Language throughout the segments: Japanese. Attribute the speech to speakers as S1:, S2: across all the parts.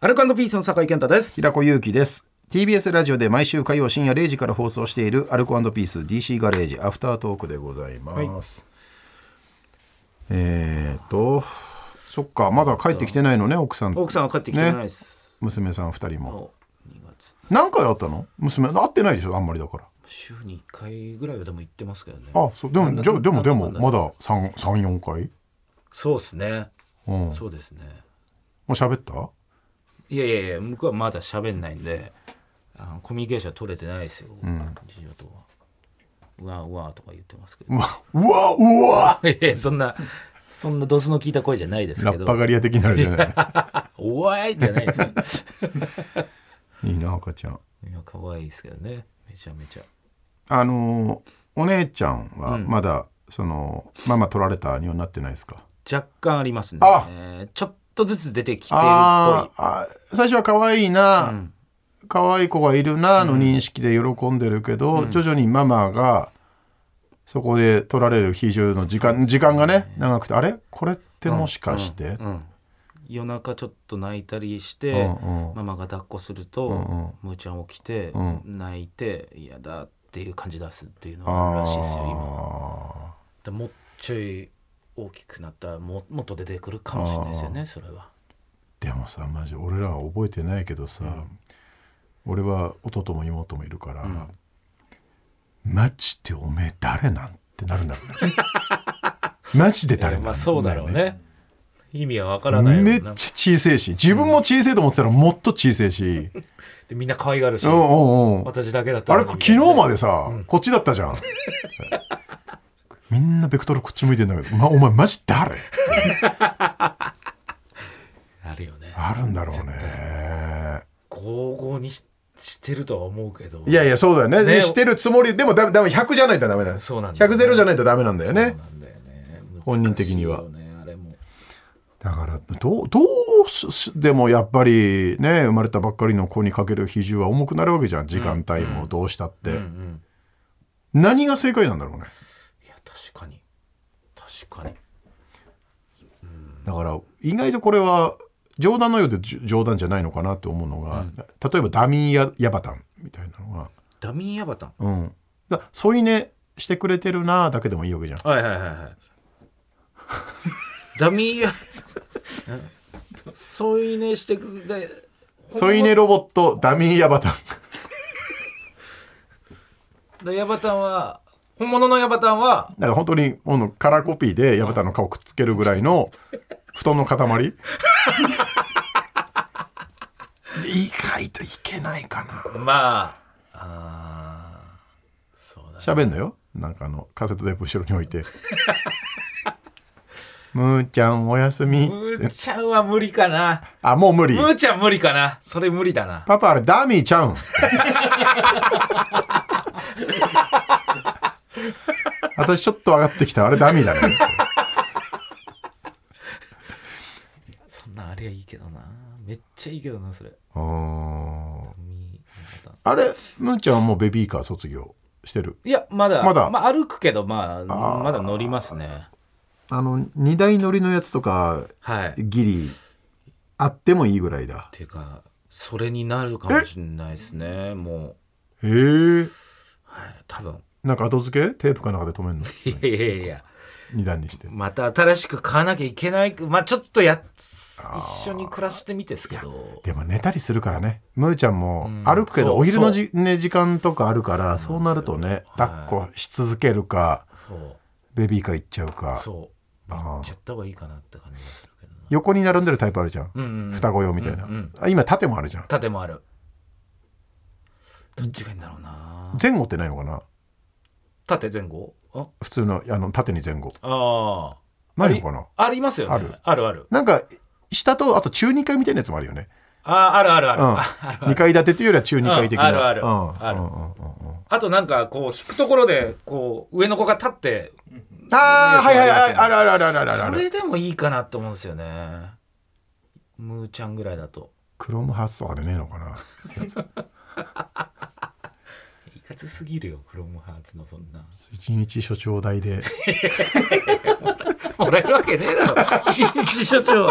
S1: アルカンドピースの酒井健太です。
S2: 平子祐希です TBS ラジオで毎週火曜深夜0時から放送しているアルコピース DC ガレージアフタートークでございます、えーとそっかまだ帰ってきてないのね奥さん
S1: 奥さんは帰ってきてないです。
S2: 娘さん2人も
S1: もう2月
S2: 何回会ったの娘会ってないでしょあんまりだから
S1: 週に1回ぐらいはでも行ってますけどね。
S2: あそうでもじゃあでもでも
S1: なんだ
S2: まだ34回
S1: そうですね。
S2: うんも
S1: そうですね。
S2: う喋った
S1: いやいやいや、向こうはまだ喋んないんで、あのコミュニケーション取れてないですよ、次女とは。うわうわとか言ってますけど。
S2: うわうわうわ
S1: いやいやそんな、そんなドスの効いた声じゃないです
S2: ラ
S1: け
S2: ッ
S1: ど。
S2: パ狩り屋的になるじゃない
S1: おーいじゃないですよ。
S2: いいな赤ちゃん
S1: いや、可愛いですけどね。めちゃめちゃ。
S2: あのーお姉ちゃんはまだ、そのママ取られたにはなってないですか
S1: 若干ありますね
S2: あ。
S1: ちょっとずつ出てきてるっぽい。
S2: あーあ最初は可愛いな、可愛い子がいるなの認識で喜んでるけど、徐々にママがそこで取られる比重の時間、時間がね長くてあれこれってもしかして、
S1: 夜中ちょっと泣いたりして、
S2: うんうん
S1: ママが抱っこすると、むーちゃん起きて、泣いて嫌だっていう感じ出すっていうのがあるらしいですよ今
S2: あ
S1: でもうちょい大きくなったらももっと出てくるかもしれないですよねそれは
S2: ーでもさマジ俺らは覚えてないけどさ、俺は弟も妹もいるから、マジでおめえ誰なんってなるんだろう ねマジで誰なん
S1: まあそうだろうね意味はわからないよ
S2: めっち
S1: な
S2: ゃ小さいし自分も小さいと思ってたらもっと小さいし、
S1: でみんな可愛がるし、
S2: うんうんうん、
S1: 私だけだった
S2: あ
S1: の
S2: れ
S1: に
S2: 昨日までさ、こっちだったじゃんみんなベクトルこっち向いてんだけど、ま、お前マジ誰
S1: あるよね
S2: あるんだろうね
S1: 合々にししてるとは思うけど
S2: いやいやそうだよね
S1: ね
S2: してるつもりでもだだめ100じゃないとダメだよ
S1: そうなんだよ
S2: 100ゼロじゃないとダメなんだよ
S1: そう
S2: ね
S1: なんだよね
S2: 本人的には
S1: 難しいよねあれも
S2: だからどうどうすでもやっぱりね生まれたばっかりの子にかける比重は重くなるわけじゃん時間帯もどうしたって、
S1: うんうん
S2: 何が正解なんだろうね
S1: いや確かに確かに
S2: だから意外とこれは冗談のようでじょ冗談じゃないのかなって思うのが、例えばダミーやヤバタンみたいなのが、
S1: ダミーアバタン
S2: うん、だ添い寝してくれてるなだけでもいいわけじゃん
S1: はいはいはいはい ダミーア添い寝してくで
S2: 添い寝ロボットダミーヤバタン
S1: でヤバタンは本物のヤバタンは
S2: だから本当にほんのカラーコピーでヤバタンの顔くっつけるぐら いの布団の塊 で意外といけないかな
S1: まああーそうだね
S2: 喋んのよなんかあのカセットテープ後ろに置い て「むーちゃんおやすみ」
S1: むーちゃんは無理かな
S2: あもう無理
S1: むーちゃん無理かなそれ無理だな
S2: パパあれダミーちゃ うん。私ちょっと上がってきたあれダミーだね。
S1: そんなんあれはいいけどなめっちゃいいけどなそれ
S2: うーん
S1: ダミーアバタン
S2: あれむーちゃんはもうベビーカー卒業してる。
S1: いやまだ
S2: まだ
S1: あ、歩くけどまあまだ乗りますね
S2: あの荷台乗りのやつとか
S1: はいっ
S2: ギリあってもいいぐらいだ。
S1: ていうかそれになるかもしれないですねもう
S2: へえ。
S1: はい多分
S2: なんか後付けテープかなんかで止めんの
S1: いやいやいや
S2: 二段にして。
S1: また新しく買わなきゃいけないまあちょっとやっ一緒に暮らしてみてですけど
S2: でも寝たりするからねむーちゃんも歩くけ
S1: そ
S2: ど
S1: う
S2: お昼のじ、ね、時間とかあるからそうなるとね抱
S1: はい
S2: っこし続けるか
S1: そう
S2: ベビーカー行っちゃうか
S1: そう
S2: あー
S1: 行っちゃった方がいいかなって感じがするけどな
S2: 横に並んでるタイプあるじゃん、
S1: んうん
S2: 双子用みたいな、
S1: うんうん
S2: あ今縦もあるじゃん
S1: 縦もあるどっちがいいんだろうな
S2: 前後ってないのかな
S1: 縦前後あ
S2: 普通のあの縦に前後
S1: あー
S2: ないのかな
S1: ありますよね
S2: ある
S1: あるある
S2: なんか下とあと中2階みたいなやつもあるよね、
S1: あーあるあるあ
S2: う
S1: る、
S2: ん、
S1: あ
S2: 2階建てというよりは中2階的な、
S1: うんあるある
S2: うん
S1: ある
S2: うんうんうんうん
S1: あとなんかこう引くところでこう上の子が立って
S2: ああはいはいはい
S1: やつも
S2: あるあるあるあるある
S1: そ
S2: ある
S1: れでもいいかなって思うんですよねむーちゃんぐらいだと
S2: クロム発想あれねえのかな
S1: いかつすぎるよクロムハーツのそんな
S2: 一日所長代で
S1: もらえるわけねえだろ一日所長。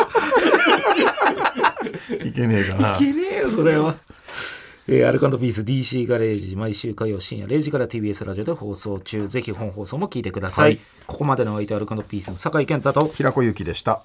S2: いけねえかない
S1: けねえよそれは。えー、アルカンドピース DC ガレージ毎週火曜深夜0時から TBS ラジオで放送中ぜひ本放送も聞いてください、
S2: はい
S1: ここまでのお相手はアルカンドピースの酒井健太と
S2: 平子ゆきでした。